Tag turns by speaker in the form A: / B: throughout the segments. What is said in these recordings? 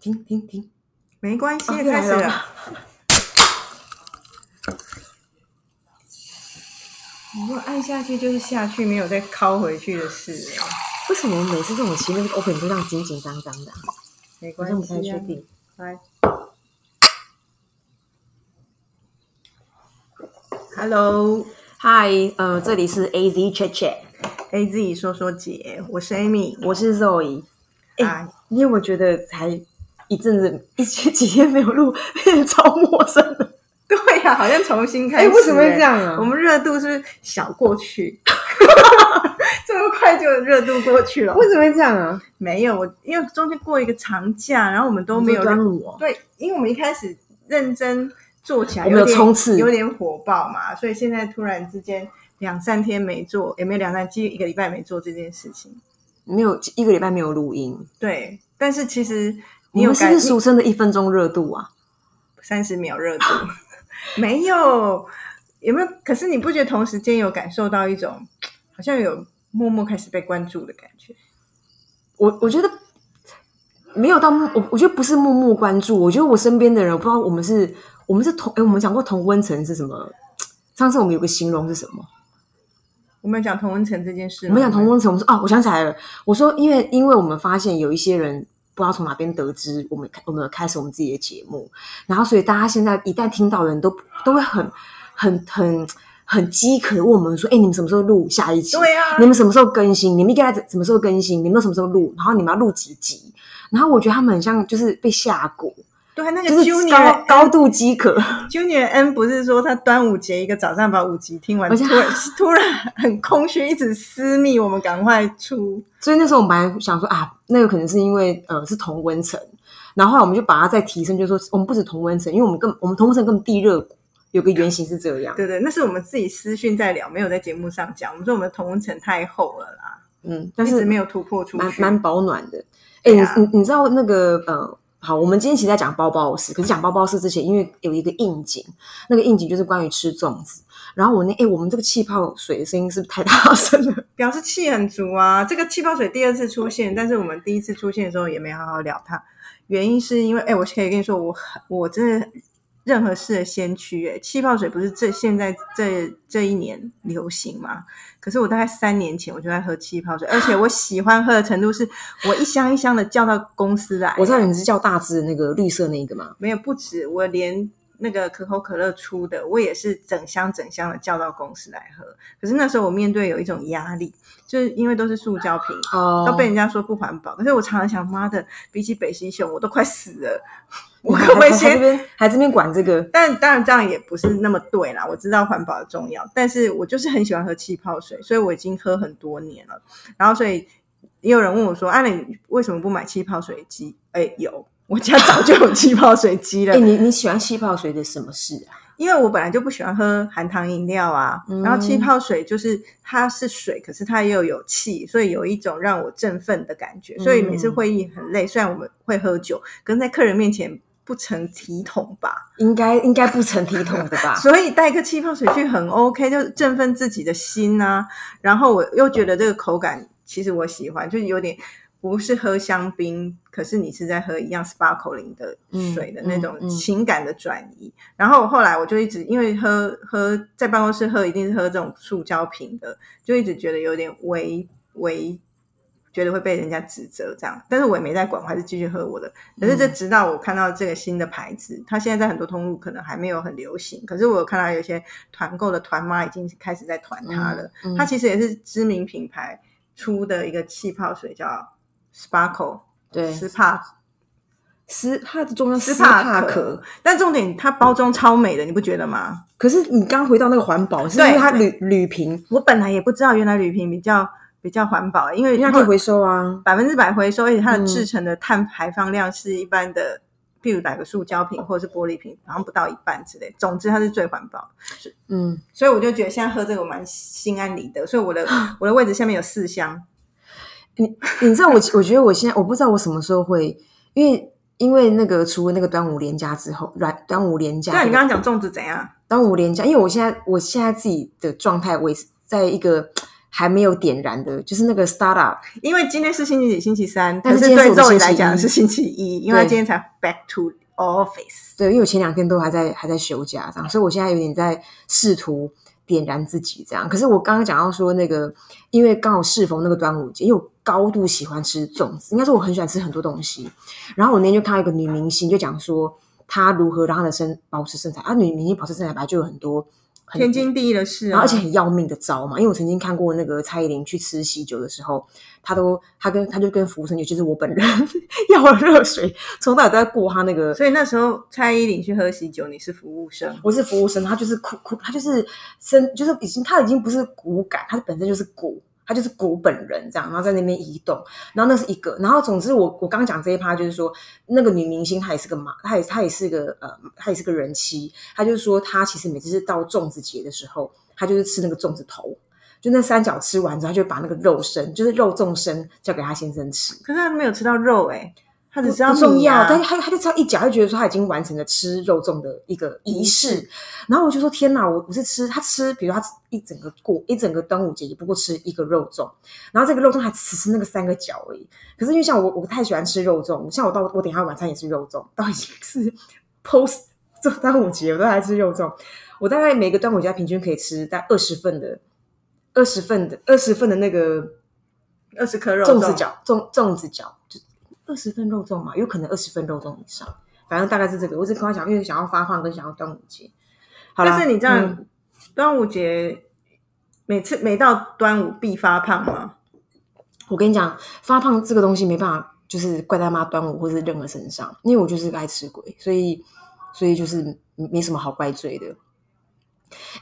A: 停停停，
B: 没关系，
A: 哦又
B: 开始
A: 来了
B: 了。你说按下去就是下去，没有再拷回去的事了，
A: 为什么每次这种前面 open 就让紧紧张张的啊？
B: 没
A: 好
B: 关
A: 像不
B: 系、
A: 太
B: 啊。
A: 确定。
B: 来，Hello，A
A: 嗨，呃，这里是 A Z Chat Chat，
B: Z 说说姐，我是 Amy。
A: 我是 Zoe。
B: 哎，
A: 你有没有觉得才一阵子一几几天没有录， 变得超陌生的？
B: 对呀、好像重新开
A: 哎、
B: 始、
A: 为什么会这？样啊？
B: 我们热度是不是小过 去，这么快就热度过去了？
A: 为什么会这样啊？
B: 没有，我因为中间过一个长假，然后我们都没有
A: 你说端午哦，
B: 对，因为我们一开始认真做起来
A: 我
B: 有
A: 们有
B: 点
A: 冲刺
B: 有点火爆嘛，所以现在突然之间两三天没做，也没有两三，几乎一个礼拜没做这件事情。
A: 没有一个礼拜没有录音，
B: 对，但是其实
A: 你
B: 你有
A: 们是
B: 感
A: 不是俗称的一分钟热度啊？
B: 三十秒热度， 没有有没有？可是你不觉得同时间有感受到一种好像有默默开始被关注的感觉？
A: 我我觉得没有到默我，我觉得不是默默关注。我觉得我身边的人，我不知道我们是我们是同哎，我们讲过同温层是什么？上次我们有个形容是什么？
B: 我们有讲同温层这件事
A: 我
B: 吗，
A: 们讲同温层，我们说啊，我想起来了，我说因为因为我们发现有一些人不知道从哪边得知我们我们有开始我们自己的节目，然后所以大家现在一旦听到的人都都会很很很很饥渴地问我们说，哎，你们什么时候录下一集？
B: 对啊，
A: 你们什么时候更新？你们应该什么时候更新？你们都什么时候录？然后你们要录几集？然后我觉得他们很像就是被吓过，
B: 对啊那个
A: 就是
B: junior
A: 高高度饥渴。
B: Junior N 不是说他端午节一个早上把五集听完，
A: 而
B: 突
A: 且
B: 然突然很空虚，一直私密，我们赶快出。
A: 所以那时候我们本来想说啊，那有可能是因为呃是同温层，然后后来我们就把它再提升，就是说我们不止同温层，因为我们更我们同温层更地热谷有个原型是这样，
B: 对对，那是我们自己私讯在聊，没有在节目上讲。我们说我们的同温层太厚了啦，
A: 嗯，但
B: 一直
A: 是
B: 没有突破出
A: 蛮
B: 去。
A: 蛮保暖的。哎、
B: 对啊
A: 你你你知道那个呃，好，我们今天其实在讲包包的事，可是讲包包的事之前，因为有一个应景，那个应景就是关于吃粽子。然后我那哎、我们这个气泡水的声音是不是太大声了？
B: 表示气很足啊。这个气泡水第二次出现，但是我们第一次出现的时候也没好好聊它。原因是因为，哎、我可以跟你说，我很我真的任何事的先驱、哎，气泡水不是这现在这这一年流行吗？可是我大概三年前我就在喝气泡水，而且我喜欢喝的程度是，我一箱一箱的叫到公司来。
A: 我知道你是叫大只的那个绿色那个嘛，
B: 没有不止，我连那个可口可乐出的，我也是整箱整箱的叫到公司来喝。可是那时候我面对有一种压力，就是因为都是塑胶瓶，
A: 哦
B: 都被人家说不环保。可是我常常想，妈的，比起北极熊，我都快死了，
A: 你
B: 我
A: 还
B: 可不可以
A: 还还这
B: 先？
A: 边还这边管这 个？
B: 但当然，这样也不是那么对啦。我知道环保的重要，但是我就是很喜欢喝气泡水，所以我已经喝很多年了。然后，所以也有人问我说：“啊，你为什么不买气泡水机？”哎，有，我家早就有气泡水机了。
A: 哎、你你喜欢气泡水的什么事啊？
B: 因为我本来就不喜欢喝含糖饮料啊，
A: 嗯
B: 然后气泡水就是它是水，可是它又有气，所以有一种让我振奋的感觉。
A: 嗯
B: 所以每次会议很累，虽然我们会喝酒，可是在客人面前不成体统吧，
A: 应该应该不成体统的 吧？
B: 所以带个气泡水去很 OK，就振奋自己的心啊。然后我又觉得这个口感其实我喜欢，就是有点。不是喝香槟，可是你是在喝一样 sparkling 的水的那种
A: 嗯嗯嗯
B: 情感的转移。然后后来我就一直因为喝喝在办公室喝一定是喝这种塑胶瓶的，就一直觉得有点微微，觉得会被人家指责这样。但是我也没在管，我还是继续喝我的。可是这直到我看到这个新的牌子，它现在在很多通路可能还没有很流行，可是我有看到有些团购的团妈已经开始在团它了。
A: 嗯
B: 它其实也是知名品牌出的一个气泡水，叫 Sparkle
A: 对
B: 斯帕
A: 斯它的中文叫
B: 斯
A: 斯帕
B: 帕
A: 克
B: 克，，但重点它包装超美的，你不觉得吗？
A: 可是你刚回到那个环保，是因为它铝铝瓶，
B: 我本来也不知道原来铝瓶比较比较环保，因为
A: 人家可以回收啊。
B: 百分之百回收，而且它的
A: 嗯
B: 制成的碳排放量是一般的，譬如买个塑胶瓶或者是玻璃瓶，好像不到一半之类。总之，它是最环保的。
A: 嗯，
B: 所以我就觉得现在喝这个我蛮心安理得。所以我的
A: 啊
B: 我的位置下面有四箱，
A: 你知道我，我觉得我现在我不知道我什么时候会，因为因为那个除了那个端午连假之后，软端午连假，
B: 对啊，你刚刚讲粽子怎样？
A: 端午连假，因为我现在我现在自己的状态，我也是在一个还没有点燃的，就是那个 startup，
B: 因为今天是星期几？星期三，
A: 但
B: 可
A: 是
B: 是
A: 今天
B: 对
A: 是我
B: 咒
A: 们
B: 语来
A: 星期
B: 讲
A: 一
B: 是星期一，因为他
A: 对
B: 今天才 back to office。
A: 对，因为我前两天都还在还在休假这样，所以我现在有点在试图点燃自己这样。可是我刚刚讲到说那个，因为刚好适逢那个端午节，因为我高度喜欢吃粽子，应该说我很喜欢吃很多东西。然后我那天就看到一个女明星，就讲说她如何让她的身保持身材，啊，女明星保持身材本来就有很多很
B: 天经地义的事
A: 然
B: 啊，
A: 后而且很要命的招嘛，因为我曾经看过那个蔡依林去吃喜酒的时候，她都她跟她就跟服务生，也就是我本人 要了热水，从头到尾都在过她那个
B: 所以那时候蔡依林去喝喜酒，你是服务生，
A: 不是服务生，他就是哭哭，他就是身，就是已经他已经不是骨感，他本身就是骨，他就是骨本人这样，然后在那边移动，然后那是一个，然后总之我我刚刚讲这一趴就是说，那个女明星她也是个妈，她也她也是个呃，她也是个人妻，她就是说她其实每次是到粽子节的时候，她就是吃那个粽子头。就那三角吃完之后，她就把那个肉身，就是肉粽身，交给她先生吃。
B: 可是他没有吃到肉哎、他只
A: 不
B: 知道
A: 不重
B: 米
A: 要，
B: 啊
A: 但是他他就只要一嚼，就觉得说他已经完成了吃肉粽的一个仪式。然后我就说天哪，我我是吃他吃，比如他一整个过一整个端午节也不过吃一个肉粽，然后这个肉粽还只吃那个三个角而已。可是因为像我我太喜欢吃肉粽，像我到我等一下晚餐也是肉粽，到已经是 post 这端午节我都还吃肉粽，我大概每个端午节平均可以吃大概二十份的。二十份的，二十份的那个
B: 二十颗肉
A: 粽子，饺，粽粽子饺，就二十份肉粽嘛，有可能二十份肉粽以上，反正大概是这个。我只跟他讲，因为想要发放跟想要端午节。好啦
B: 但是你这
A: 嗯
B: 样、端午节每次每到端午必发胖吗？
A: 我跟你讲，发胖这个东西没办法，就是怪他妈端午或是任何身上，因为我就是个爱吃鬼，所以所以就是没什么好怪罪的。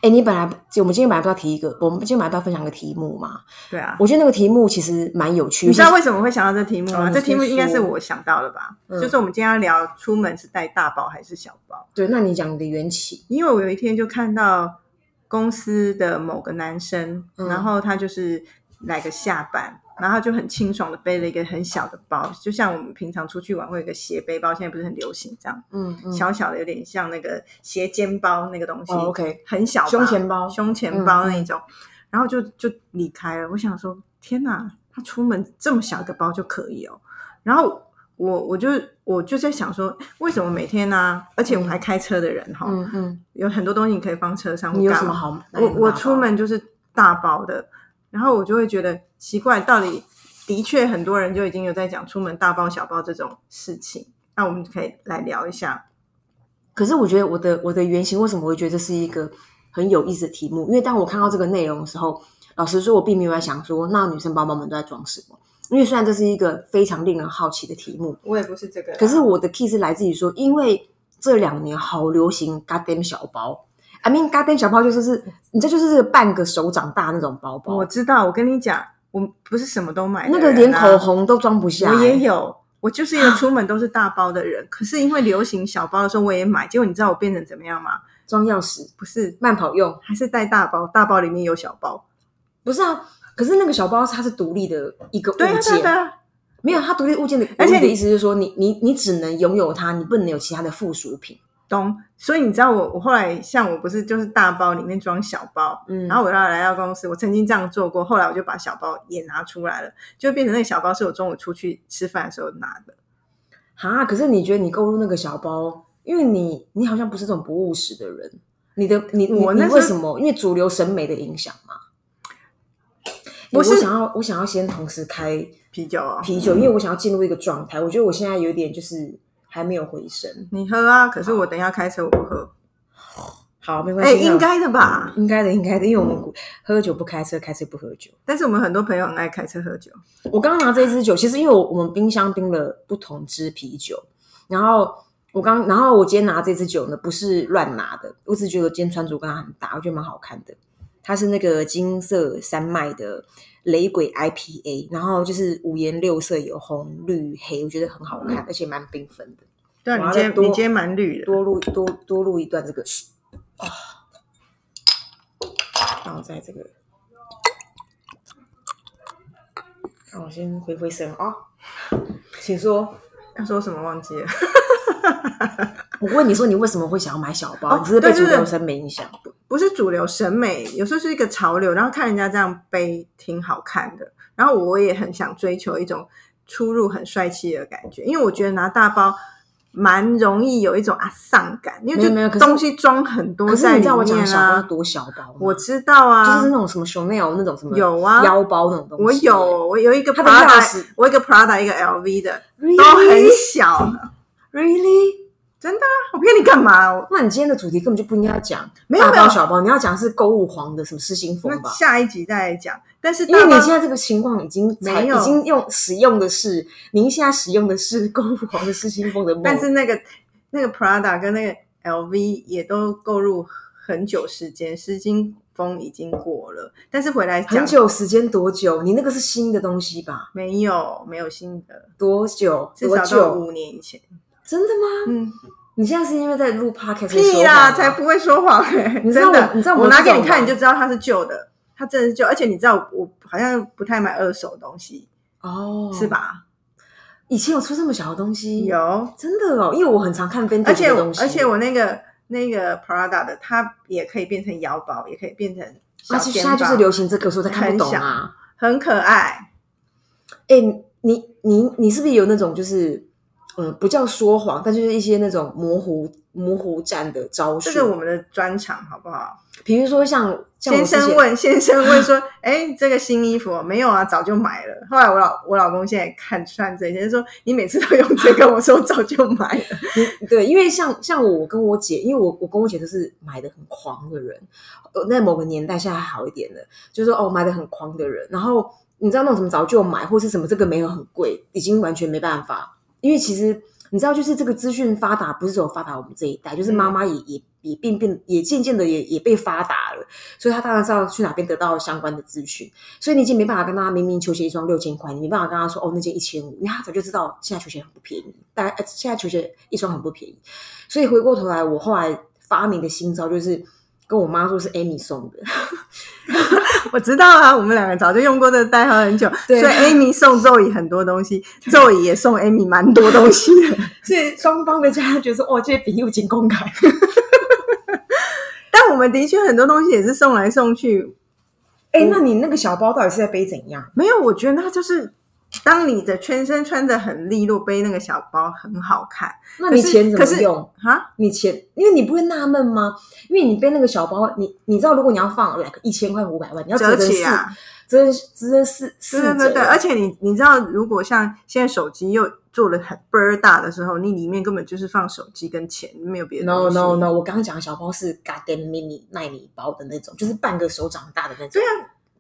A: 哎，你本来我们今天本来不要提一个，我们今天本来不要分享个题目嘛？
B: 对啊，
A: 我觉得那个题目其实蛮有趣，
B: 你知道
A: 尤其
B: 为什么会想到这题目吗？
A: 嗯
B: 这题目
A: 你先
B: 应该是
A: 说
B: 我想到的吧？
A: 嗯
B: 就是我们今天要聊出门是带大包还是小包，
A: 是对？那你讲你的缘起，
B: 因为我有一天就看到公司的某个男生，
A: 嗯
B: 然后他就是来个下班。然后他就很清爽的背了一个很小的包，就像我们平常出去玩会有一个斜背包，现在不是很流行这样。
A: 嗯嗯，
B: 小小的，有点像那个斜肩包那个东西、
A: 哦，OK
B: 很小吧，
A: 胸前包
B: 胸前包那一种，然后就就离开了。我想说，天哪，他出门这么小一个包就可以哦。然后我我就我就在想说，为什么每天呢、而且我还开车的人哈、
A: 嗯嗯，
B: 有很多东西你可以放车上，
A: 你有什
B: 干
A: 么
B: 嘛
A: 好？
B: 我我出门就是大包的，然后我就会觉得奇怪，到底的确很多人就已经有在讲出门大包小包这种事情，那我们可以来聊一下。
A: 可是我觉得我的我的原型为什么我会觉得这是一个很有意思的题目？因为当我看到这个内容的时候，老实说，我并没有在想说那女生包包们都在装什么。因为虽然这是一个非常令人好奇的题目，
B: 我也不是这个啦，
A: 可是我的 key 是来自于说，因为这两年好流行 goddamn 小包，I mean goddamn 小包就是是，你这就是半个手掌大那种包包
B: 我，知道，我跟你讲，我不是什么都买、啊
A: 那个连口、红都装不下、
B: 我也
A: 欸
B: 有。我就是一
A: 啊
B: 个出门都是大包的人，可是因为流行小包的时候我也买，结果你知道我变成怎么样吗？
A: 装钥匙，
B: 不是，
A: 慢跑用。
B: 还是带大包，大包里面有小包。
A: 不是啊，可是那个小包它是独立的一个物
B: 对啊，对啊
A: 件
B: 对，啊，
A: 没有，它独立物件的，
B: 而
A: 独
B: 且
A: 立的
B: 你
A: 意思是说，你你你只能拥有它，你不能有其他的附属品。
B: 懂。所以你知道我，我后来像我不是就是大包里面装小包，
A: 嗯
B: 然后我要来到公司，我曾经这样做过，后来我就把小包也拿出来了，就变成那个小包是我中午出去吃饭的时候拿的。
A: 哈，可是你觉得你购入那个小包，因为你你好像不是这种不务实的人，你的你你
B: 我
A: 你
B: 那时候
A: 为什么？因为主流审美的影响嘛。
B: 不是
A: 我想要我想要先同时开
B: 啤酒、哦，
A: 啤酒，因为我想要进入一个状态。我觉得我现在有点就是还没有回升。
B: 你喝啊，可是我等一下开车我不喝，
A: 好，没关
B: 哎、
A: 系，那
B: 应该的吧？
A: 应该的，应该的，因为我们古喝酒不开车，开车不喝酒。
B: 但是我们很多朋友很爱开车喝酒，
A: 我刚刚拿这一支酒，其实因为我我们冰箱冰了不同支啤酒，然后我刚，然后我今天拿这支酒呢，不是乱拿的，我只是觉得今天穿着跟它很搭，我觉得蛮好看的。它是那个金色山脉的雷鬼 IPA，然后就是五颜六色，有红、绿、黑，我觉得很好看，而且蛮缤纷的。
B: 对啊，
A: 哇
B: 你今天
A: 那多
B: 你今天蛮绿的，
A: 多录多多录一段这个啊，那我在这个，那我先回回神啊、请说。
B: 要说什么忘记了，
A: 我问你说你为什么会想要买小包？
B: 哦
A: 你是不是被
B: 对
A: 主
B: 对对
A: 流审美影响？
B: 不是主流审美，有时候是一个潮流，然后看人家这样背挺好看的，然后我也很想追求一种出入很帅气的感觉，因为我觉得拿大包蛮容易有一种啊丧感，因为
A: 没有没有可
B: 就是东西装很多
A: 可是
B: 在
A: 你
B: 里
A: 知道我讲的
B: 面
A: 小包是
B: 啊，
A: 多小包吗？
B: 我知道啊，
A: 就是那种什么 Chanel 那种什么
B: 有啊
A: 腰包那种东西。
B: 我有我有一个
A: 它的钥
B: Prada，
A: 匙
B: 我有一个 Prada 一个 LV 的都很
A: really
B: 小，
A: really。
B: 我骗你干嘛？我
A: 那你今天的主题根本就不应该讲
B: 没有
A: 大
B: 没有
A: 包，小包，你要讲是购物狂的什么失心疯
B: 那
A: 吧？
B: 下一集再来讲，但是
A: 因为
B: 大
A: 你
B: 包
A: 现在这个情况已经才
B: 没有
A: 已经用使用的是，您现在使用的是购物狂的失心疯的梦。
B: 但是那个那个 Prada 跟那个 LV 也都购入很久时间，失金风已经过了，但是回来
A: 很
B: 讲
A: 久时间多久？你那个是新的东西吧？
B: 没有没有新的，
A: 多久？
B: 至
A: 多
B: 少都
A: 久？
B: 五年以前。
A: 真的吗？
B: 嗯，
A: 你现在是因为在录 podcast 的时候
B: 屁啦，
A: 吗
B: 啊才不会说谎、欸，
A: 你知道
B: 真
A: 我
B: 的，
A: 你知道我
B: 我拿给
A: 这
B: 你
A: 种
B: 看
A: 吗
B: 你就知道它是旧的，它真的是旧，而且你知道我我好像不太买二手东西，
A: 哦，
B: 是？吧？
A: 以前有出这么小的东西？，
B: 有，
A: 真的哦，因为我很常看 vintage
B: 而且
A: 的
B: 我
A: 嗯东西，
B: 而且我那个那个 Prada 的，它也可以变成腰包，也可以变成小
A: 而且
B: 肩
A: 现在就是
B: 膀
A: 流行这个，所以我才看不懂
B: 很
A: 啊。
B: 很可爱。
A: 哎、你你你是不是有那种就是嗯，不叫说谎，但就是一些那种模糊模糊战的招数？
B: 这个我们的专场好不好？
A: 比如说像像我
B: 先
A: 之前
B: 生问， 先生问说：“哎、这个新衣服哦没有啊？早就买了。”后来我老我老公现在也看穿这些，就说：“你每次都用这个。”我说：“我早就买了。
A: 你对，因为像像我，我跟我姐，因为我我跟我姐都是买的很狂的人，呃，那某个年代现在还好一点的，就是说哦买的很狂的人，然后你知道那种什么早就买或是什么这个没有很贵，已经完全没办法，因为其实你知道，就是这个资讯发达，不是只有发达我们这一代，就是妈妈也、也也变变也渐渐的也也被发达了，所以她当然知道去哪边得到相关的资讯，所以你已经没办法跟她明明球鞋一双六千块，你没办法跟她说哦那件一千五，因为她早就知道现在球鞋很不便宜，大概呃现在球鞋一双很不便宜，所以回过头来，我后来发明的新招就是跟我妈说是 Amy 送的，
B: 我知道啊，我们两个早就用过这个代号很 久，所
A: 对
B: 以 Amy 送 Zoe 很多东西，Zoe 也送 Amy 蛮多东西的。
A: 所以双方的家长觉得说哦这笔又经公开，
B: 但我们的确很多东西也是送来送去，
A: 哎、那你那个小包到底是在背怎样？
B: 没有，我觉得那就是当你的全身穿的很利落，背那个小包很好看
A: 那你
B: 可是
A: 钱怎
B: 可
A: 么
B: 是
A: 用？
B: 哈。
A: 你钱，因为你不会纳闷吗？因为你背那个小包，你你知道，如果你要放 like 一千块五百万，你要折
B: 折
A: 成
B: 起
A: 四
B: 啊，
A: 折成折成四四
B: 对对
A: 折，
B: 对对，而且你你知道，如果像现在手机又做了很倍儿大的时候，你里面根本就是放手机跟钱，没有别的
A: no
B: 东西。
A: no no，我刚刚讲的小包是 goddamn mini 耐米包的那种，就是半个手掌大的那种
B: 对。啊，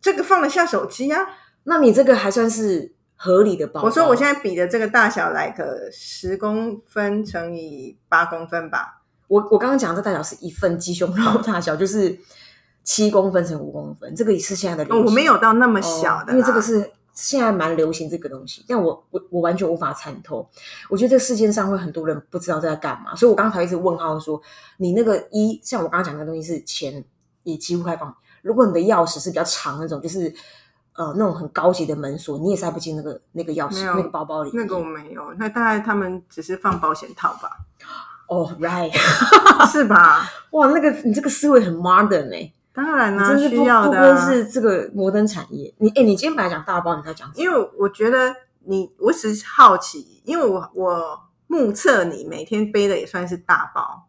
B: 这个放得下手机啊。
A: 那你这个还算是合理的包包？
B: 我说我现在比的这个大小来个十公分乘以八公分吧，
A: 我我刚刚讲的这大小是一份鸡胸肉大小，就是七公分乘五公分，这个也是现在的流
B: 哦
A: 行。
B: 我没有到那么
A: 哦
B: 小的啦、
A: 因为这个是现在蛮流行这个东西，但我我我完全无法参透。我觉得这世界上会很多人不知道在干嘛，所以我刚才一直问号说，你那个一像我刚刚讲的东西是钱也几乎开放，如果你的钥匙是比较长那种，就是呃那种很高级的门锁，你也塞不进那个那个钥匙
B: 没有
A: 那个包包里。
B: 那个我没有，那大概他们只是放保险套 吧，
A: 哦、right，
B: 是吧？
A: 哇，那个你这个思维很 modern 哎、
B: 当然
A: 你
B: 啦、
A: 真是不
B: 需要
A: 不
B: 的、
A: 愧
B: 啊。
A: 是这个摩登产业。你哎、你今天本来讲大包，你才讲什么
B: 因为我觉得你，我只是好奇，因为我我目测你每天背的也算是大包，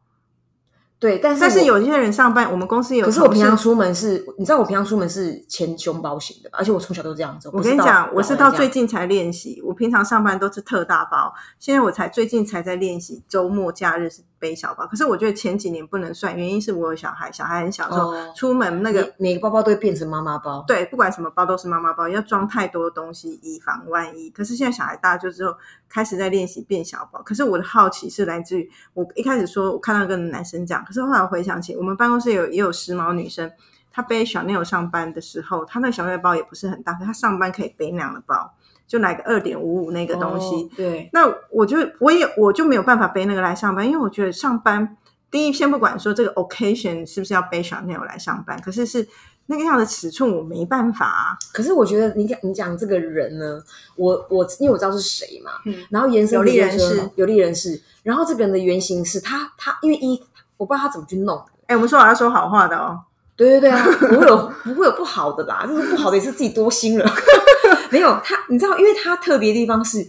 A: 对，但是
B: 但是
A: 我
B: 有些人上班，我们公司有
A: 可
B: 同事，
A: 是我平常出门是，你知道我平常出门是前胸包型的吧，而且我从小都这样子。
B: 我跟你
A: 不是
B: 讲，我是到最
A: 老人家
B: 近才练习，我平常上班都是特大包，现在我才最近才在练习，周末假日是背小包。可是我觉得前几年不能算，原因是我有小孩，小孩很小的时候、
A: 哦
B: 出门那个。
A: 每每个包包都会变成妈妈包。
B: 对，不管什么包都是妈妈包，要装太多东西以防万一。可是现在小孩大就之后，开始在练习变小包。可是我的好奇是来自于我一开始说，我看到一个男生这样，可是后来我回想起，我们办公室有也有时髦女生，她背小 n e 上班的时候，她那小内包也不是很大，可她上班可以背那样的包，就来个二点五五那个东西。
A: 哦对，
B: 那我就我也我就没有办法背那个来上班，因为我觉得上班第一先不管说这个 occasion 是不是要背 Chanel 来上班，可是是那个样的尺寸我没办法啊。
A: 可是我觉得你讲你讲这个人呢，我我因为我知道是谁嘛，
B: 嗯
A: 然后延伸
B: 有利
A: 比如说
B: 人士，
A: 有利人士，然后这个人的原型是他他因为一我不知道他怎么去弄，
B: 哎、我们说好要说好话的哦。
A: 对对对啊，不会有 不会有不好的啦，就是不好的也是自己多心了。 没有他，你知道，因为他特别的地方是，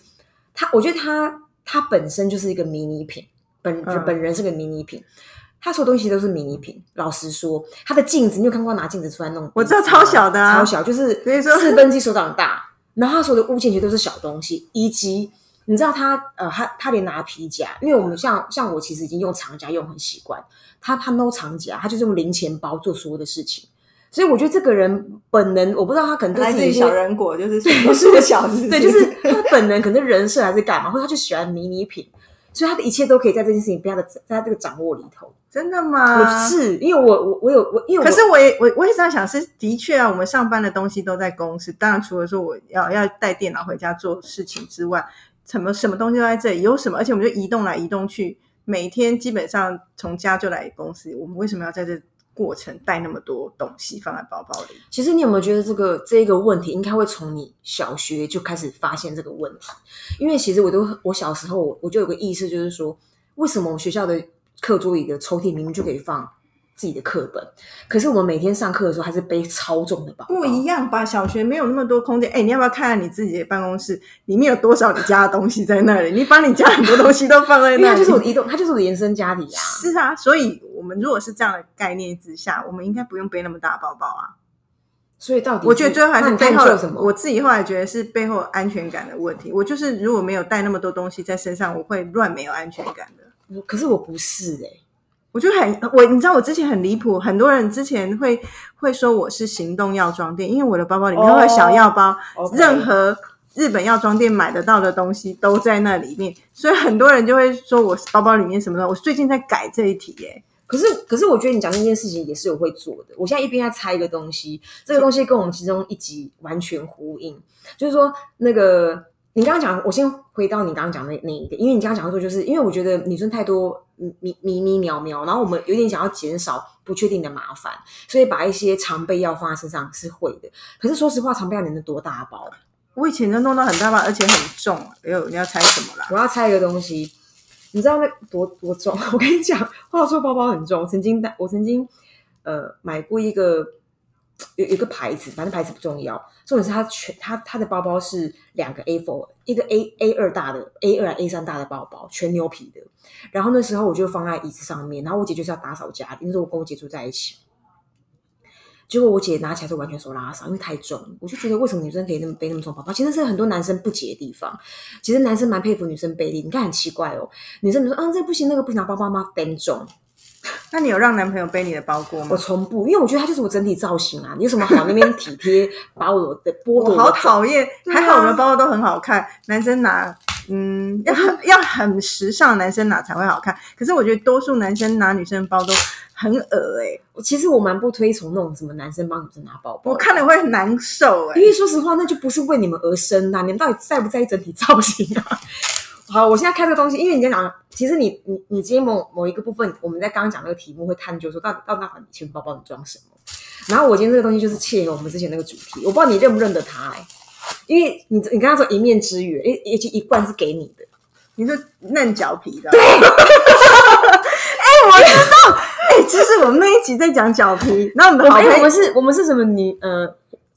A: 他我觉得他他本身就是一个迷你品，本、
B: 嗯
A: 本人是个迷你品，他所有东西都是迷你品。老实说，他的镜子，你有看过拿镜子出来弄？
B: 我知道超小的啊
A: 超小，就是
B: 所以说
A: 四分之一手掌大。然后他所有的物件其实都是小东西，以及你知道他呃，他他连拿皮夹，因为我们像像我其实已经用长夹用很习惯，他他 no 长夹，他就是用零钱包做所有的事情。所以我觉得这个人本能，我不知道他可能对
B: 来
A: 自
B: 自
A: 己一
B: 于
A: 些
B: 小人国，就是我是个小 子，
A: 对，就是他本人可能人设还是干嘛，或者他就喜欢迷你品，所以他的一切都可以在这件事情被他的在他这个掌握里头。
B: 真的
A: 我
B: 吗？
A: 是因为我我我有我因为我
B: 啊可是我也我我也这样想，是的确啊，我们上班的东西都在公司。当然，除了说我要要带电脑回家做事情之外，什么什么东西都在这里，有什么，而且我们就移动来移动去，每天基本上从家就来公司。我们为什么要在这过程带那么多东西放在包包里？
A: 其实你有没有觉得这个这个问题应该会从你小学就开始发现这个问题？因为其实我都我小时候我我就有个意识，就是说为什么我们学校的课桌椅的抽屉明明就可以放自己的课本，可是我们每天上课的时候还是背超重的包包，
B: 不一样吧？小学没有那么多空间。哎，你要不要看看你自己的办公室里面有多少你家的东西在那里？你把你家很多东西都放在那
A: 因
B: 里，
A: 为它就是我的移动，它就是我的延伸家里啊。
B: 是啊，所以我们如果是这样的概念之下，我们应该不用背那么大包包啊。
A: 所以到底
B: 我觉得最后还
A: 那
B: 是
A: 你
B: 背
A: 到
B: 后
A: 底做什么？
B: 我自己后来觉得是背后安全感的问题。我就是如果没有带那么多东西在身上，我会乱没有安全感的。
A: 我可是我不是哎、
B: 我就很我，你知道我之前很离谱，很多人之前会会说我是行动药妆店，因为我的包包里面
A: 哦
B: 会有小药包
A: OK
B: 任何日本药妆店买得到的东西都在那里面，所以很多人就会说我包包里面什么的。我最近在改这一题耶、
A: 可是，可是我觉得你讲这件事情也是有会做的。我现在一边在猜一个东西，这个东西跟我们其中一集完全呼应，就是说那个你刚刚讲，我先回到你刚刚讲的那一个，因为你刚刚讲说，就是因为我觉得女生太多迷迷迷迷渺渺，然后我们有点想要减少不确定的麻烦，所以把一些常备药放在身上是会的。可是说实话，常备药你能多大包？
B: 我以前就弄到很大包，而且很重。哎呦，你要猜什么啦？
A: 我要猜一个东西，你知道那多多重？ 我跟你讲，话说包包很重。我曾经带，我曾经呃买过一个有有一个牌子，反正牌子不重要，重点是它全它它的包包是两个 A4，一个 A A 二大的 A 二啊 A 三大的包包，全牛皮的。然后那时候我就放在椅子上面，然后我姐就是要打扫家里，那时候我跟我姐住在一起。结果我姐拿起来就完全手拉手，因为太重了。我就觉得为什么女生可以那么背那么重包包？其实是很多男生不解的地方。其实男生蛮佩服女生背力，你看很奇怪哦。女生比如说，嗯，这个不行，那个不行，然后包包妈背重。
B: 那你有让男朋友背你的包裹
A: 我
B: 吗？
A: 从不，因为我觉得它就是我整体造型啊。你有什么好那边体贴，把我的剥夺
B: 我
A: 我
B: 好
A: 的
B: 讨厌，
A: 对啊
B: 还好我们的包包都很好看，男生拿。嗯，要很要很时尚，男生拿才会好看。可是我觉得多数男生拿女生的包都很恶哎、
A: 其实我蛮不推崇那种什么男生帮女生拿包包，
B: 我看了会很难受哎、
A: 因为说实话，那就不是为你们而生呐、你们到底在不在意整体造型啊？好，我现在看这个东西，因为你在讲，其实你你你今天某某一个部分，我们在刚刚讲那个题目会探究说，到底到底到底你钱包包里装什么？然后我今天这个东西就是切合我们之前那个主题，我不知道你认不认得它哎、因为你你刚刚说一面之缘，一一一罐是给你的，
B: 你是嫩脚皮 的，对。哎、我知道，哎、其实我们那一集在讲脚皮，然后我们的
A: 我
B: 好
A: 们、哦哎
B: 朋
A: 我
B: 友
A: 们是我们是什么你呃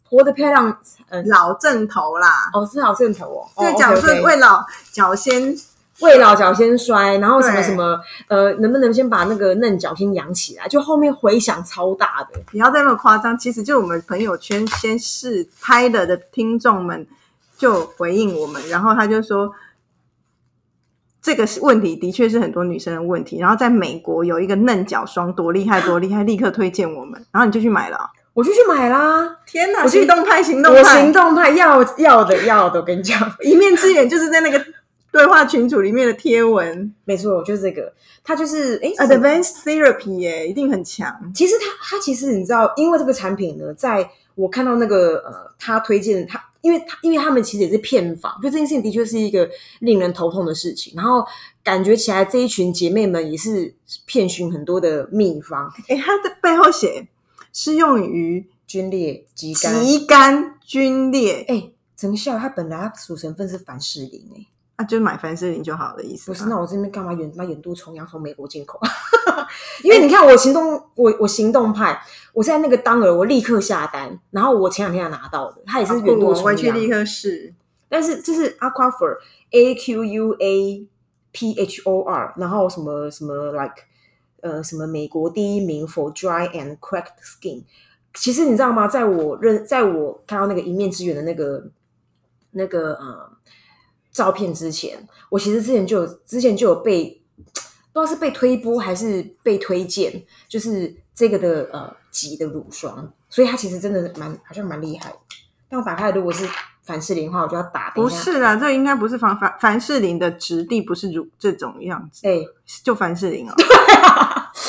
A: 活得漂亮呃
B: 老正头啦，
A: 哦是好正头哦，
B: 在
A: 哦
B: 讲
A: OK，OK
B: 说为老脚先
A: 未老脚先摔，然后什么
B: 对
A: 什么，呃，能不能先把那个嫩脚先养起来？就后面回响超大的，
B: 不要再那么夸张。其实就我们朋友圈先试拍了的听众们就回应我们，然后他就说。这个是问题的确是很多女生的问题，然后在美国有一个嫩脚霜多厉害多厉害，立刻推荐我们，然后你就去买了哦、
A: 我就去买啦。
B: 天哪，
A: 我去
B: 行动派，行动
A: 我
B: 派
A: 行，动派要要的要的，我跟你讲，
B: 一面之缘就是在那个对话群组里面的贴文
A: 没错，我就是这个，它就是哎，是什么
B: ，Advanced Therapy 耶，一定很强。
A: 其实它它其实你知道，因为这个产品呢，在我看到那个呃，他推荐他，因为他因为他们其实也是骗访，就这件事情的确是一个令人头痛的事情，然后感觉起来这一群姐妹们也是遍寻很多的秘方，
B: 哎，它的背后写适用于
A: 皲裂、鸡肝。
B: 极干皲裂
A: 哎、陈孝他本来他主成分是凡士林哎、
B: 啊，就是买凡士林就好的意思
A: 不
B: 吗。
A: 是，那我这边干嘛远妈远渡重洋从美国进口？啊
B: 哎
A: 因为你看我行动，我我行动派，我在那个当儿我立刻下单，然后我前两天才拿到的，它也
B: 好
A: 是
B: 酷
A: 远
B: 哦
A: 渡
B: 我
A: 重
B: 回去立
A: 洋，
B: 刻试。
A: 但是这是 Aquaphor A Q U A P H O R，然后什么什么 like 呃什么美国第一名 for dry and cracked skin。其实你知道吗？在我认，在我看到那个一面之缘的那个那个呃照片之前，我其实之前就有之前就有被不知道是被推播还是被推荐，就是这个的呃级的乳霜，所以它其实真的蛮好像蛮厉害的。但我打开来如果是凡士林的话，我就要打等
B: 不
A: 一下，
B: 是啊，这应该不是凡凡凡士林的质地，不是乳这种样子，
A: 哎、
B: 就凡士 林哦。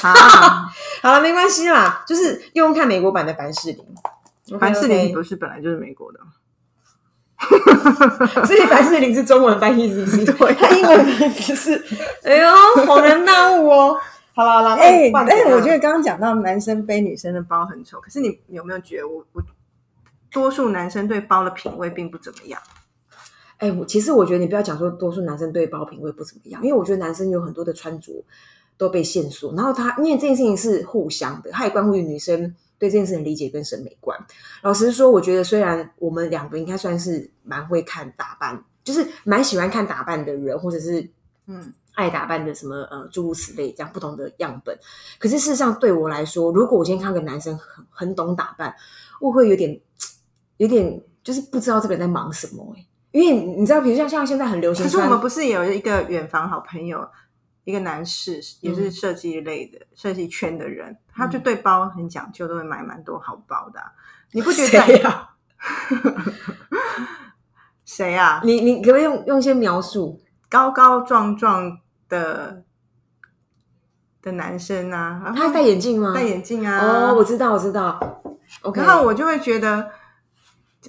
B: 啊，
A: 好了，没关系啦，就是用用看美国版的凡士林。
B: 凡士林
A: OK，OK
B: 不是本来就是美国的吗，
A: 所以凡士林是中文翻译是不是？ 对、它英文名字是， 哎呦，恍然大悟哦。好啦好啦，
B: 哎、
A: 但
B: 但是我觉得刚刚讲到男生背女生的包很丑，可是你有没有觉得我我多数男生对包的品味并不怎么样？
A: 哎、我其实我觉得你不要讲说多数男生对包品味不怎么样，因为我觉得男生有很多的穿着都被限缩，然后他因为这件事情是互相的，它也关乎于女生对这件事情的理解跟审美观。老实说，我觉得虽然我们两个应该算是蛮会看打扮，就是蛮喜欢看打扮的人，或者是
B: 嗯，
A: 爱打扮的什么呃诸如此类这样不同的样本。可是事实上对我来说，如果我今天看个男生很很懂打扮，我会有点有点就是不知道这个人在忙什么、欸、因为你知道，比如像像现在很流行
B: 可是我
A: 穿，
B: 们不是有一个远房好朋友，一个男士也
A: 嗯
B: 是设计类的、设计圈的人，他就对包很讲究，都会买蛮多好包的啊、 你不觉得
A: 谁啊？
B: 谁啊？
A: 你你可不可以用用一些描述？
B: 高高壮壮的的男生啊，然后
A: 他戴眼镜吗？
B: 戴眼镜啊，
A: 哦，我知道，我知道。OK，
B: 然后我就会觉得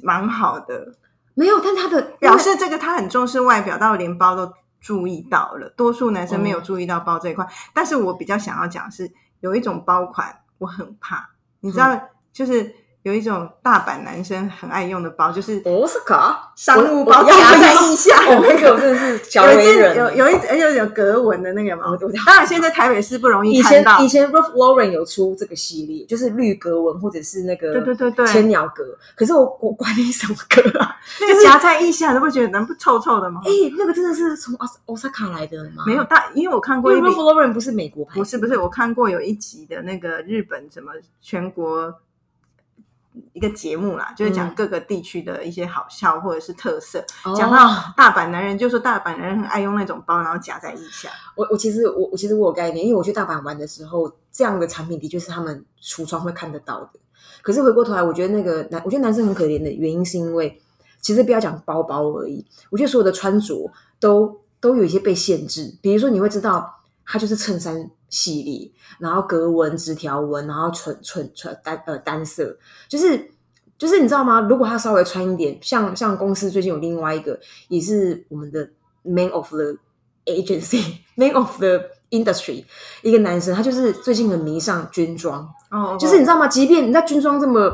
B: 蛮好的，
A: 没有，但他的
B: 表示这个他很重视外表，到连包都注意到了。多数男生没
A: 嗯
B: 有注意到包这一块，但是我比较想要讲的是有一种包款我很怕，你知道，
A: 嗯
B: 就是有一种大阪男生很爱用的包，就是
A: 奥斯卡
B: 商务包夹在腋下。
A: 哦，那 个我真的是小
B: 有一
A: 为
B: 阵
A: 人。
B: 有有一而且有格纹的那个嘛，
A: 我我
B: 当然现在台北市不容易
A: 以
B: 看
A: 前
B: 到
A: 以。前 Ralph Lauren 有出这个系列，就是绿格纹或者是那个
B: 对对对对
A: 千鸟格。可是我我管你什么格啊？
B: 那个夹在腋下，你不觉得能不臭臭的吗
A: 哎？、那个真的是从 Os- Osaka 来的吗？
B: 没有，，但因为我看
A: 因
B: 过
A: 为
B: 一
A: Ralph
B: 部，
A: Lauren 不是美国牌子，
B: 不是不是，我看过有一集的那个日本什么全国一个节目啦，就是讲
A: 嗯
B: 各个地区的一些好笑或者是特色。
A: 哦
B: 讲到大阪男人，就说大阪男人很爱用那种包，然后夹在腋下。
A: 我我其实我我其实我有概念，因为我去大阪玩的时候，这样的产品的确是他们橱窗会看得到的。可是回过头来，我觉得那个男，我觉得男生很可怜的原因是因为，其实不要讲包包而已，我觉得所有的穿着都都有一些被限制。比如说，你会知道它就是衬衫系列，然后格纹、直条纹，然后纯纯纯单呃单色，就是就是你知道吗？如果他稍微穿一点，像像公司最近有另外一个，也是我们的 man of the agency man of the industry 一个男生，他就是最近很迷上军装，
B: 哦，
A: 就是你知道吗？即便你在军装这么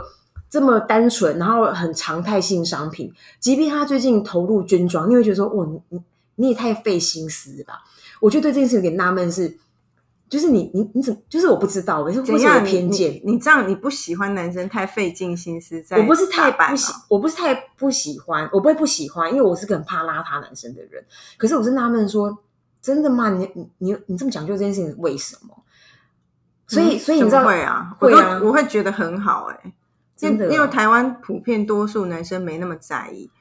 A: 这么单纯，然后很常态性商品，即便他最近投入军装，你会觉得说，哇，你你你也太费心思了吧？我就对这件事有点纳闷是。就是你你你怎么就是我不知道，我是
B: 怎
A: 会有
B: 样你
A: 偏见
B: 你你这样你不喜欢男生太费尽心思在
A: 我不是太
B: 打扮
A: 不
B: 哦
A: 喜，我不是太不喜欢，我不会不喜欢，因为我是个很怕邋遢男生的人。可是我是纳闷说，真的吗？你你你你这么讲究这件事情，为什么？所以、
B: 嗯
A: 所以你知道
B: 怎么会啊，我
A: 会
B: 都
A: 啊
B: 我会觉得很好哎、欸，因
A: 真的哦
B: 因为台湾普遍多数男生没那么在意，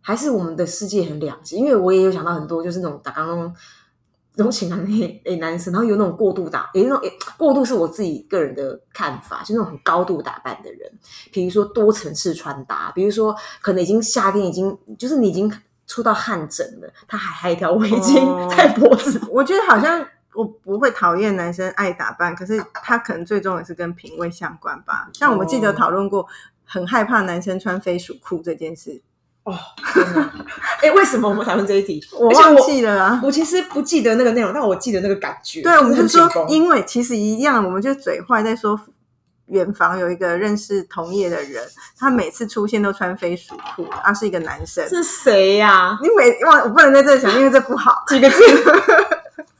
A: 还是我们的世界很两极，因为我也有想到很多就是那种打刚柔情男诶诶男生，然后有那种过度打，也那种诶过度是我自己个人的看法，就那种很高度打扮的人，比如说多层次穿搭，比如说可能已经夏天已经就是你已经出到汗疹了，他还还一条围
B: 哦
A: 巾在脖 子，
B: 我觉得好像我不会讨厌男生爱打扮，可是他可能最终也是跟品味相关吧。像我们记得
A: 哦
B: 讨论过，很害怕男生穿飞鼠裤这件事，
A: 哦，天哪！诶，为什么我们讨论这一题？
B: 我
A: 而且
B: 忘记了啊。
A: 我其实不记得那个内容，但我记得那个感觉。
B: 对，我们
A: 是
B: 就
A: 很
B: 说
A: 紧，绷
B: 因为其实一样，我们就嘴坏在说远房有一个认识同业的人，他每次出现都穿飞鼠裤，他是一个男生。
A: 是谁呀、
B: 你每哇，我不能在这里讲，因为这不好。
A: 几个字？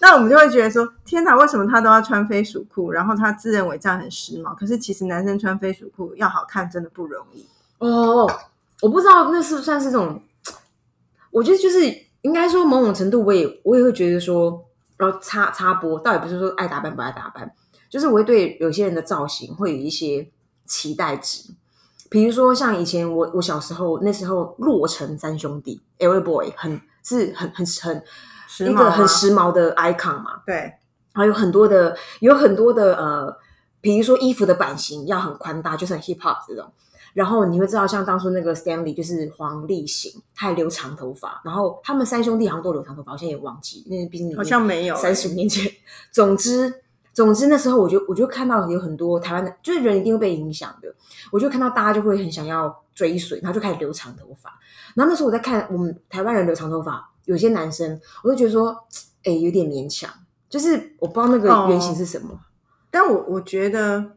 B: 那我们就会觉得说，天哪，为什么他都要穿飞鼠裤？然后他自认为这样很时髦，可是其实男生穿飞鼠裤要好看真的不容易。
A: 哦，我不知道那是不算是这种，我觉得就是应该说某种程度，我也我也会觉得说，然后插插播，倒也不是说爱打扮不爱打扮，就是我会对有些人的造型会有一些期待值。比如说像以前我我小时候那时候洛城三兄弟 L Boy 很是很很很
B: 时
A: 一
B: 髦
A: 个
B: 啊
A: 很时髦的 icon 嘛，
B: 对，
A: 然后有很多的有很多的呃，比如说衣服的版型要很宽大，就是很 hip hop 这种。然后你会知道，像当初那个 Stanley 就是黄立行，他还留长头发。然后他们三兄弟好像都留长头发，我现在也忘记，那毕竟
B: 好像没有、
A: 嗯
B: 欸
A: 三十五年前。总之，总之那时候我就我就看到有很多台湾的，就是人一定会被影响的。我就看到大家就会很想要追随，然后就开始留长头发。然后那时候我在看我们台湾人留长头发，有些男生我就觉得说，哎、有点勉强，就是我不知道那
B: 哦
A: 个原型是什么。
B: 但我我觉得，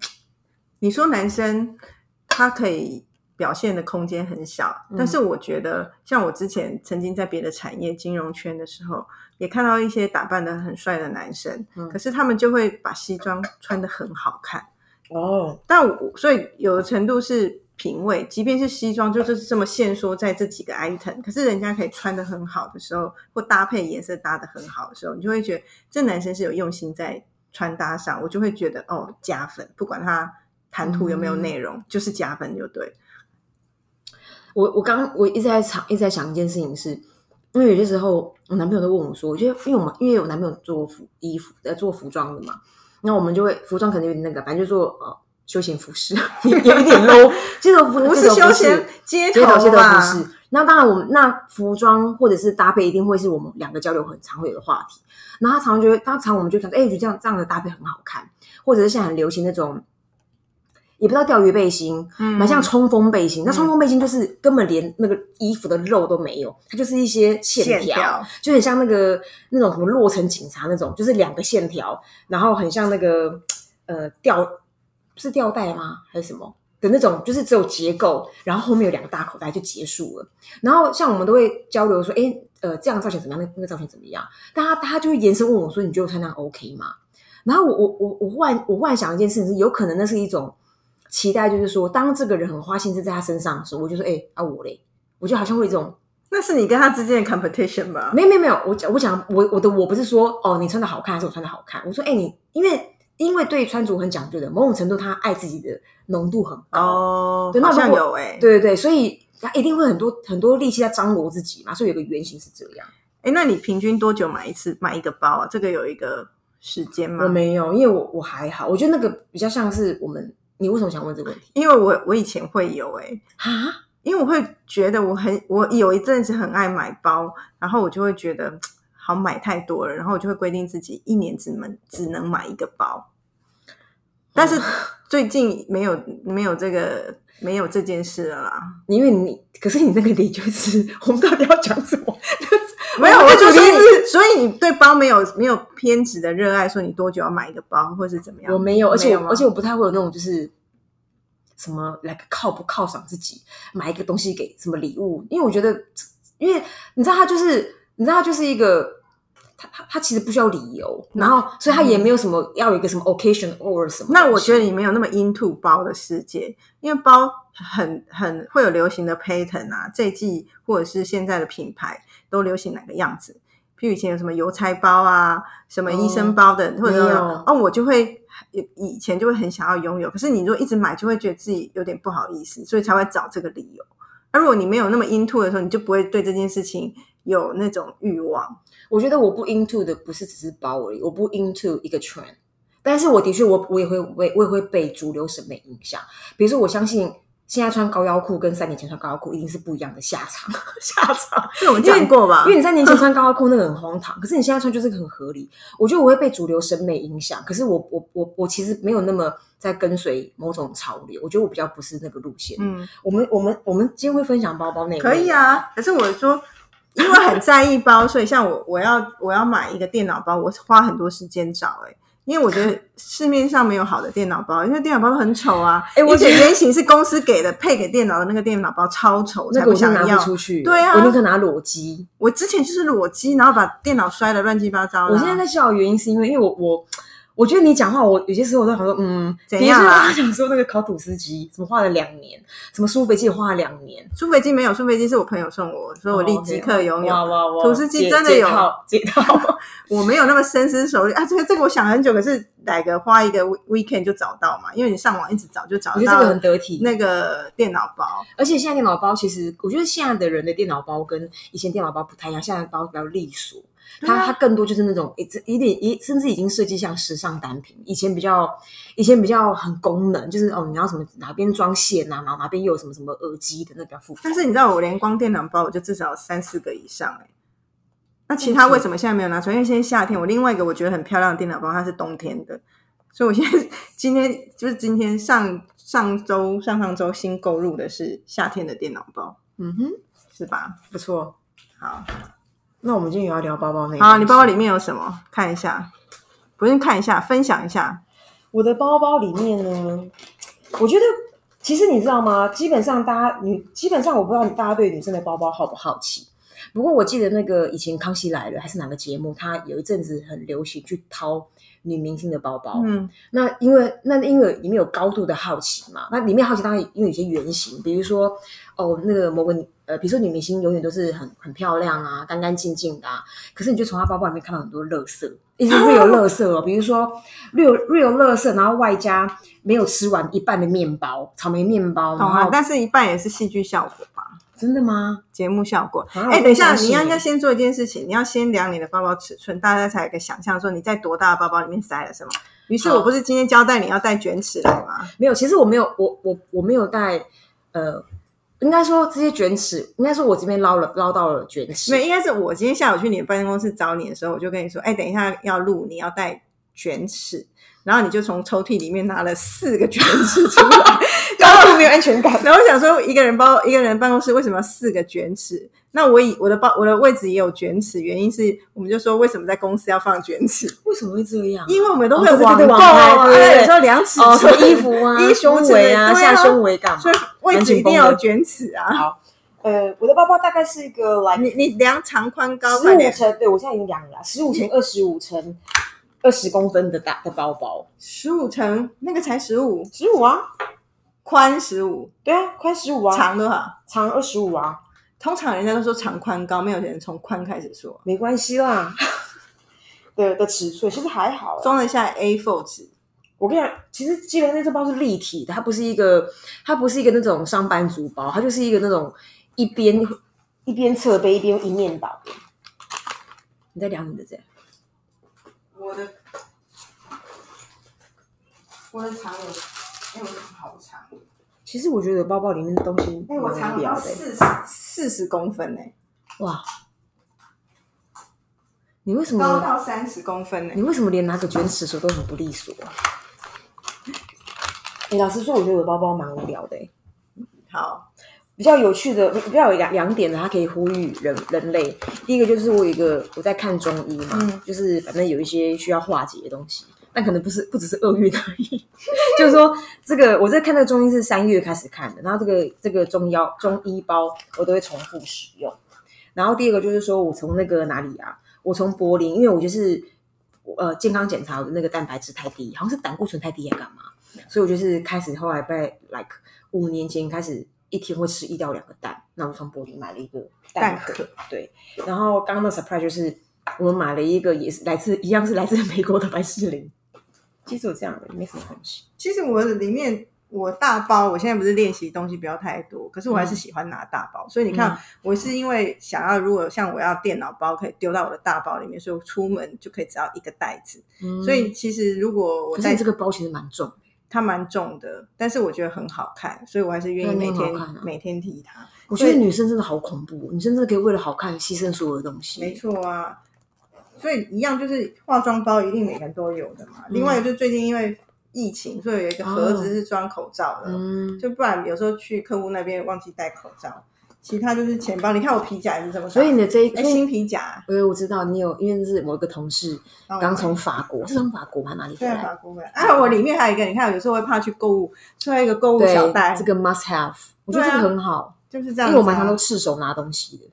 B: 你说男生他可以表现的空间很小，
A: 嗯
B: 但是我觉得，像我之前曾经在别的产业金融圈的时候，也看到一些打扮的很帅的男生，
A: 嗯
B: 可是他们就会把西装穿的很好看。
A: 哦，
B: 但我所以有的程度是品味，即便是西装，就就是这么限缩在这几个 item，可是人家可以穿的很好的时候，或搭配颜色搭的很好的时候，你就会觉得这男生是有用心在穿搭上，我就会觉得哦加分，不管他谈吐有没有
A: 嗯
B: 内容，就是加分就对。
A: 我我刚我一直在想一直在想一件事情是，因为有些时候我男朋友都问我说，我觉得因为我们因为我男朋友做服衣服呃做服装的嘛，那我们就会服装可能有点那个，反正就做呃休闲服饰，有有一点 low，街 头服
B: 不
A: 街
B: 是
A: 头服
B: 休
A: 饰
B: 闲街
A: 街头街头
B: 吧？
A: 服饰。那当然，我们那服装或者是搭配一定会是我们两个交流很常会有的话题。然后他常觉得，他常我们就想说，哎、觉得这样这样的搭配很好看，或者是现在很流行那种，也不知道钓鱼背心，
B: 嗯
A: 蛮像冲锋背心。那
B: 嗯
A: 冲锋背心就是根本连那个衣服的肉都没有，它就是一些线
B: 线
A: 条，，就很像那个那种什么洛城警察那种，就是两个线条，然后很像那个呃吊是吊带吗还是什么的那种，就是只有结构，然后后面有两个大口袋就结束了。然后像我们都会交流说，诶，呃，这样造型怎么样？那那个造型怎么样？但他他就会延伸问我说，你觉得我穿那样 OK 吗？然后我我我我忽然我忽然想一件事情是，有可能那是一种期待，就是说，当这个人很花心思在他身上的时候，我就说，诶，啊我嘞，我就好像会有一种
B: 那是你跟他之间的 competition 吧？
A: 没有没有没有，我讲我讲我我的我不是说哦你穿的好看还是我穿的好看，我说哎、你因为因为对穿着很讲究的，某种程度他爱自己的浓度很高，
B: 哦，
A: 对那
B: 好
A: 如果
B: 像有哎、
A: 对对对，所以他一定会很多很多力气在张罗自己嘛，所以有个原型是这样。
B: 哎，那你平均多久买一次买一个包啊？这个有一个时间吗？
A: 我没有，因为我我还好，我觉得那个比较像是我们，你为什么想问这个问题
B: 因为我我以前会有哎、
A: 啊？
B: 因为我会觉得我很我有一阵子很爱买包，然后我就会觉得好买太多了，然后我就会规定自己一年只能只能买一个包。但
A: 哦
B: 是 最近没有没有这个没有这件事了啦，
A: 因为你可是你那个理就是我们到底要讲什么？
B: 没有，
A: 我
B: 我
A: 们
B: 就
A: 主题
B: 是所以你对包没有没有偏执的热爱，说你多久要买一个包，或是怎么样？
A: 我没有，而且我
B: 吗
A: 而且我不太会有那种就是什么来犒不犒赏自己，买一个东西给什么礼物，因为我觉得，因为你知道他就是你知道他就是一个。他他他其实不需要理由，
B: 嗯
A: 然后所以他也没有什么要有一个什么 occasion or 什么东西。
B: 那我觉得你没有那么 into 包的世界，因为包很很会有流行的 pattern 啊，这一季或者是现在的品牌都流行哪个样子。譬如以前有什么邮差包啊，什么医生包的，或者
A: 没有
B: 哦，我就会以以前就会很想要拥有，可是你如果一直买，就会觉得自己有点不好意思，所以才会找这个理由。而如果你没有那么 into 的时候，你就不会对这件事情有那种欲望。
A: 我觉得我不 into 的不是只是包而已，我不 into 一个 trend，但是我的确我我也会我也我也会被主流审美影响。比如说，我相信现在穿高腰裤跟三年前穿高腰裤一定是不一样的下 场，下场。
B: 这我们讲过吧？
A: 因为你三年前穿高腰裤那个很荒唐，可是你现在穿就是很合理。我觉得我会被主流审美影响，可是我我我我其实没有那么在跟随某种潮流，我觉得我比较不是那个路线。
B: 嗯，
A: 我们我们我们今天会分享包包内
B: 可以
A: 啊，
B: 啊，可是我说，因 为很在意包，所以像我，我要我要买一个电脑包，我花很多时间找、欸，因为我觉得市面上没有好的电脑包，因为电脑包都很丑啊。
A: 哎我
B: 而且
A: 觉得
B: 原型是公司给的，配给电脑的那个电脑包超丑，
A: 那
B: 才
A: 个我就
B: 想
A: 拿
B: 要
A: 不。出去，
B: 对啊
A: 我宁可拿裸机。
B: 我之前就是裸机，然后把电脑摔得乱七八糟的
A: 我
B: 啊。
A: 现在在笑的原因是因为，因为我我我觉得你讲话，我有些时候我都想说，嗯，
B: 怎样啊
A: 比如说想说那个烤吐司机，怎么画了两年，什么苏菲记花了两年，
B: 苏菲机没有，苏菲机是我朋友送我，所以
A: 哦
B: 我立即刻拥有。
A: 哇哇哇！
B: 吐司机
A: 解
B: 真的
A: 解
B: 有
A: 套解 套，
B: 我没有那么深思熟虑啊，这个这个我想很久，可是哪个花一个 week- weekend 就找到嘛？因为你上网一直找就找
A: 我觉得这个
B: 到
A: 很得体。
B: 那个电脑包，
A: 而且现在电脑包其实，我觉得现在的人的电脑包跟以前电脑包不太一样，现在的包比较利索，
B: 对啊
A: 它它更多就是那种一直一点一甚至已经设计像时尚单品。以前比较以前比较很功能，就是哦你要什么哪边装线啊，然后哪边又有什么什么耳机的那比较复杂。
B: 但是你知道我连光电脑包我就至少三四个以上哎、那其他为什么现在没有拿出来？因为现在夏天，我另外一个我觉得很漂亮的电脑包它是冬天的，所以我现在今天就是今天上上周上上周新购入的是夏天的电脑包，
A: 嗯哼，
B: 是吧？
A: 不错。
B: 好，
A: 那我们今天也要聊包包那个。
B: 好，你包包里面有什么？看一下，不是看一下，分享一下。
A: 我的包包里面呢，我觉得其实你知道吗？基本上大家女，基本上我不知道大家对女生的包包好不好奇。不过我记得那个以前《康熙来了》还是哪个节目，它有一阵子很流行去掏女明星的包包。
B: 嗯，
A: 那因为那因为里面有高度的好奇嘛，那里面好奇当然因为有一些原型，比如说哦那个某个女呃，比如说女明星永远都是很很漂亮啊，干干净净的啊，可是你就从她包包里面看到很多垃圾，一 直 real 垃圾哦，比如说 real real 垃圾，然后外加没有吃完一半的面包，草莓面包，然
B: 懂啊
A: 后，
B: 但是一半也是戏剧效果吧，
A: 真的吗？
B: 节目效果。
A: 哎、
B: 哎、等一下，你要
A: 应
B: 应该
A: 该
B: 先做一件事情，你要先量你的包包尺寸，大家才有一个想象，说你在多大的包包里面塞了什么。于是
A: 好
B: 我不是今天交代你要带卷尺来吗？
A: 没有，其实我没有，我我我没有带呃。应该说这些卷尺，应该说我这边捞了捞到了卷尺，
B: 没有，应该是我今天下午去你的办公室找你的时候，我就跟你说，哎、等一下要录，你要带卷尺，然后你就从抽屉里面拿了四个卷尺出来，
A: 高度没有安全感。
B: 然后我想说，一个人包一个人办公室为什么要四个卷尺？那我以我的包我的位置也有卷尺，原因是我们就说为什么在公司要放卷 尺？
A: 为什么会这样？
B: 因为我们都会
A: 哦对
B: 有
A: 对
B: 网
A: 对
B: 购
A: 网
B: 啊，
A: 拍对对对
B: 有时候量尺
A: 哦，什么
B: 寸
A: 衣，服啊、
B: 衣服
A: 胸
B: 之类
A: 围啊、
B: 对啊
A: 下胸围干嘛
B: 所以？位置一定要有卷尺啊。
A: 呃，我的包包大概是一个来
B: 你你量长宽高，
A: 十
B: 快
A: 五
B: 点
A: 乘，对我现在已经量了啦，十五乘二十五乘二十公分的大的包包，
B: 十五乘那个才十五，
A: 十五啊，
B: 宽十五，
A: 对啊，宽十五啊，
B: 长多少？
A: 长二十五啊，
B: 通常人家都说长宽高，没有人从宽开始说，
A: 没关系 啦。的的尺寸其实还好啦，
B: 装得下 A4 纸。
A: 我跟你讲，其实基本上那这包是立体的，它不是一个，它不是一个那种上班族包，它就是一个那种一边一边侧背一边一面倒的。你在量你的这样。
B: 我的我的长有，哎、我的好长，
A: 其实我觉得包包里面的东西
B: 哎、
A: 蛮
B: 我长
A: 无
B: 有
A: 聊
B: 到
A: 的欸、
B: 四四十公分呢、
A: 哇！你为什
B: 高
A: 么
B: 到三十公分呢、
A: 你为什么连拿个卷尺手都很不利索、啊？哎、老实说，我觉得我的包包蛮无聊的欸、
B: 好，
A: 比较有趣的，比较有两两点的，它可以呼吁人人类。第一个就是我有一个我在看中医嘛，
B: 嗯
A: 就是反正有一些需要化解的东西，但可能不是不只是厄运而已。 就是说，这个我在看这个中医是三月开始看的，然后这个这个中药中医包我都会重复使用。然后第二个就是说我从那个哪里啊，我从柏林，因为我就是呃健康检查我的那个蛋白质太低，好像是胆固醇太低还干嘛，所以我就是开始后来被 like 五年前开始一天会吃一到两个蛋，那我从柏林买了一个蛋壳，
B: 蛋
A: 对，然后刚刚的 surprise 就是我们买了一个也是来自一样是来自美国的白士林，其实我这样的没什么东西，
B: 其实我的里面。我大包，我现在不是练习东西不要太多，可是我还是喜欢拿大包，所以你看，
A: 嗯
B: 我是因为想要，如果像我要电脑包可以丢到我的大包里面，所以我出门就可以只要一个袋子。所以其实如果嗯
A: 嗯
B: 我
A: 可是
B: 带
A: 你这个包其实蛮重，
B: 它蛮重的，但是我觉得很好看，所以我还是愿
A: 那
B: 意
A: 你
B: 每
A: 很
B: 天、
A: 好看啊
B: 每天提它。
A: 我觉得女生真的好恐怖哦，女生真的可以为了好看牺牲所有的东西，
B: 没错啊，所以一样就是化妆包一定每个人都有的嘛。另
A: 嗯
B: 外一个就是最近因为疫情，所以有一个盒子是装口罩的，
A: 哦嗯，
B: 就不然有时候去客户那边忘记戴口罩，其他就是钱包。你看我皮夹也是这么少，
A: 所以你的这一，
B: 哎
A: 所以
B: 新皮夹，
A: 因为我知道你有，因为是某一个同事
B: 然后
A: 刚从法国，是从法国还哪里回
B: 对啊，
A: 来？
B: 法国回来。啊，我里面还有一个，你看，有时候会怕去购物，所以还有一个购物
A: 对
B: 小袋，，
A: 这个 must have，我觉得
B: 对
A: 这
B: 啊
A: 个很好，
B: 就是这
A: 因
B: 样、啊。
A: 为我蛮常都赤手拿东西的。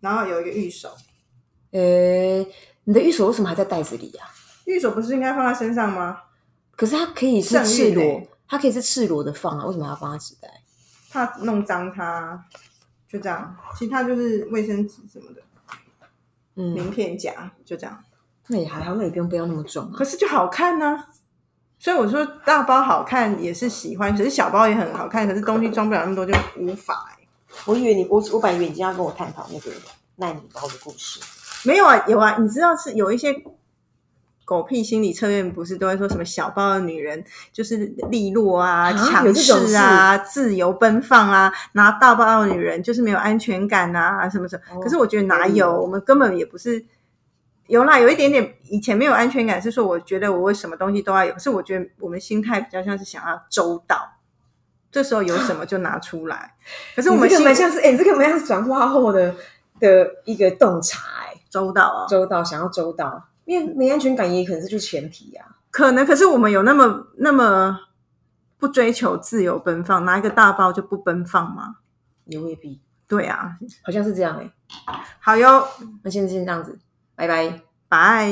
B: 然后有一个玉手，
A: 呃，你的玉手为什么还在袋子里啊？
B: 玉手不是应该放在身上吗？
A: 可是它可以是欸
B: 圣玉
A: 赤裸
B: 嘞，
A: 它可以是赤裸的放啊，为什么还要放在纸袋？
B: 怕弄脏它，就这样。其他就是卫生纸什么的，名
A: 嗯，
B: 片夹就这样。
A: 那也还好，那也不用不要那么重啊
B: 可。是就好看呢、所以我说大包好看也是喜欢，可是小包也很好看，可是东西装不了那么多就无法、欸。
A: 我以为你，我我本来以为你今天要跟我探讨那个奈米包的故事。
B: 没有啊，有啊，你知道是有一些狗屁心理测验，不是都会说什么小包的女人就是利落啊、
A: 啊
B: 强
A: 有这种
B: 势啊、自由奔放啊，拿大包的女人就是没有安全感啊，什么什么。
A: 哦
B: 可是我觉得哪有，
A: 嗯
B: 我们根本也不是。有啦，有一点点以前没有安全感，是说我觉得我为什么东西都要有，可是我觉得我们心态比较像是想要周到，这时候有什么就拿 出来。可是我们
A: 你这
B: 心
A: 个蛮像是，哎、你这个蛮像是转化后的的一个洞察、哎，
B: 周到啊、
A: 周到，想要周到，因为没安全感也可能是就前提啊。
B: 可能，可是我们有那么那么不追求自由奔放，拿一个大包就不奔放吗？
A: 也未必，
B: 对啊，
A: 好像是这样哎、
B: 好哟，
A: 那现在先这样子，拜拜。
B: 拜。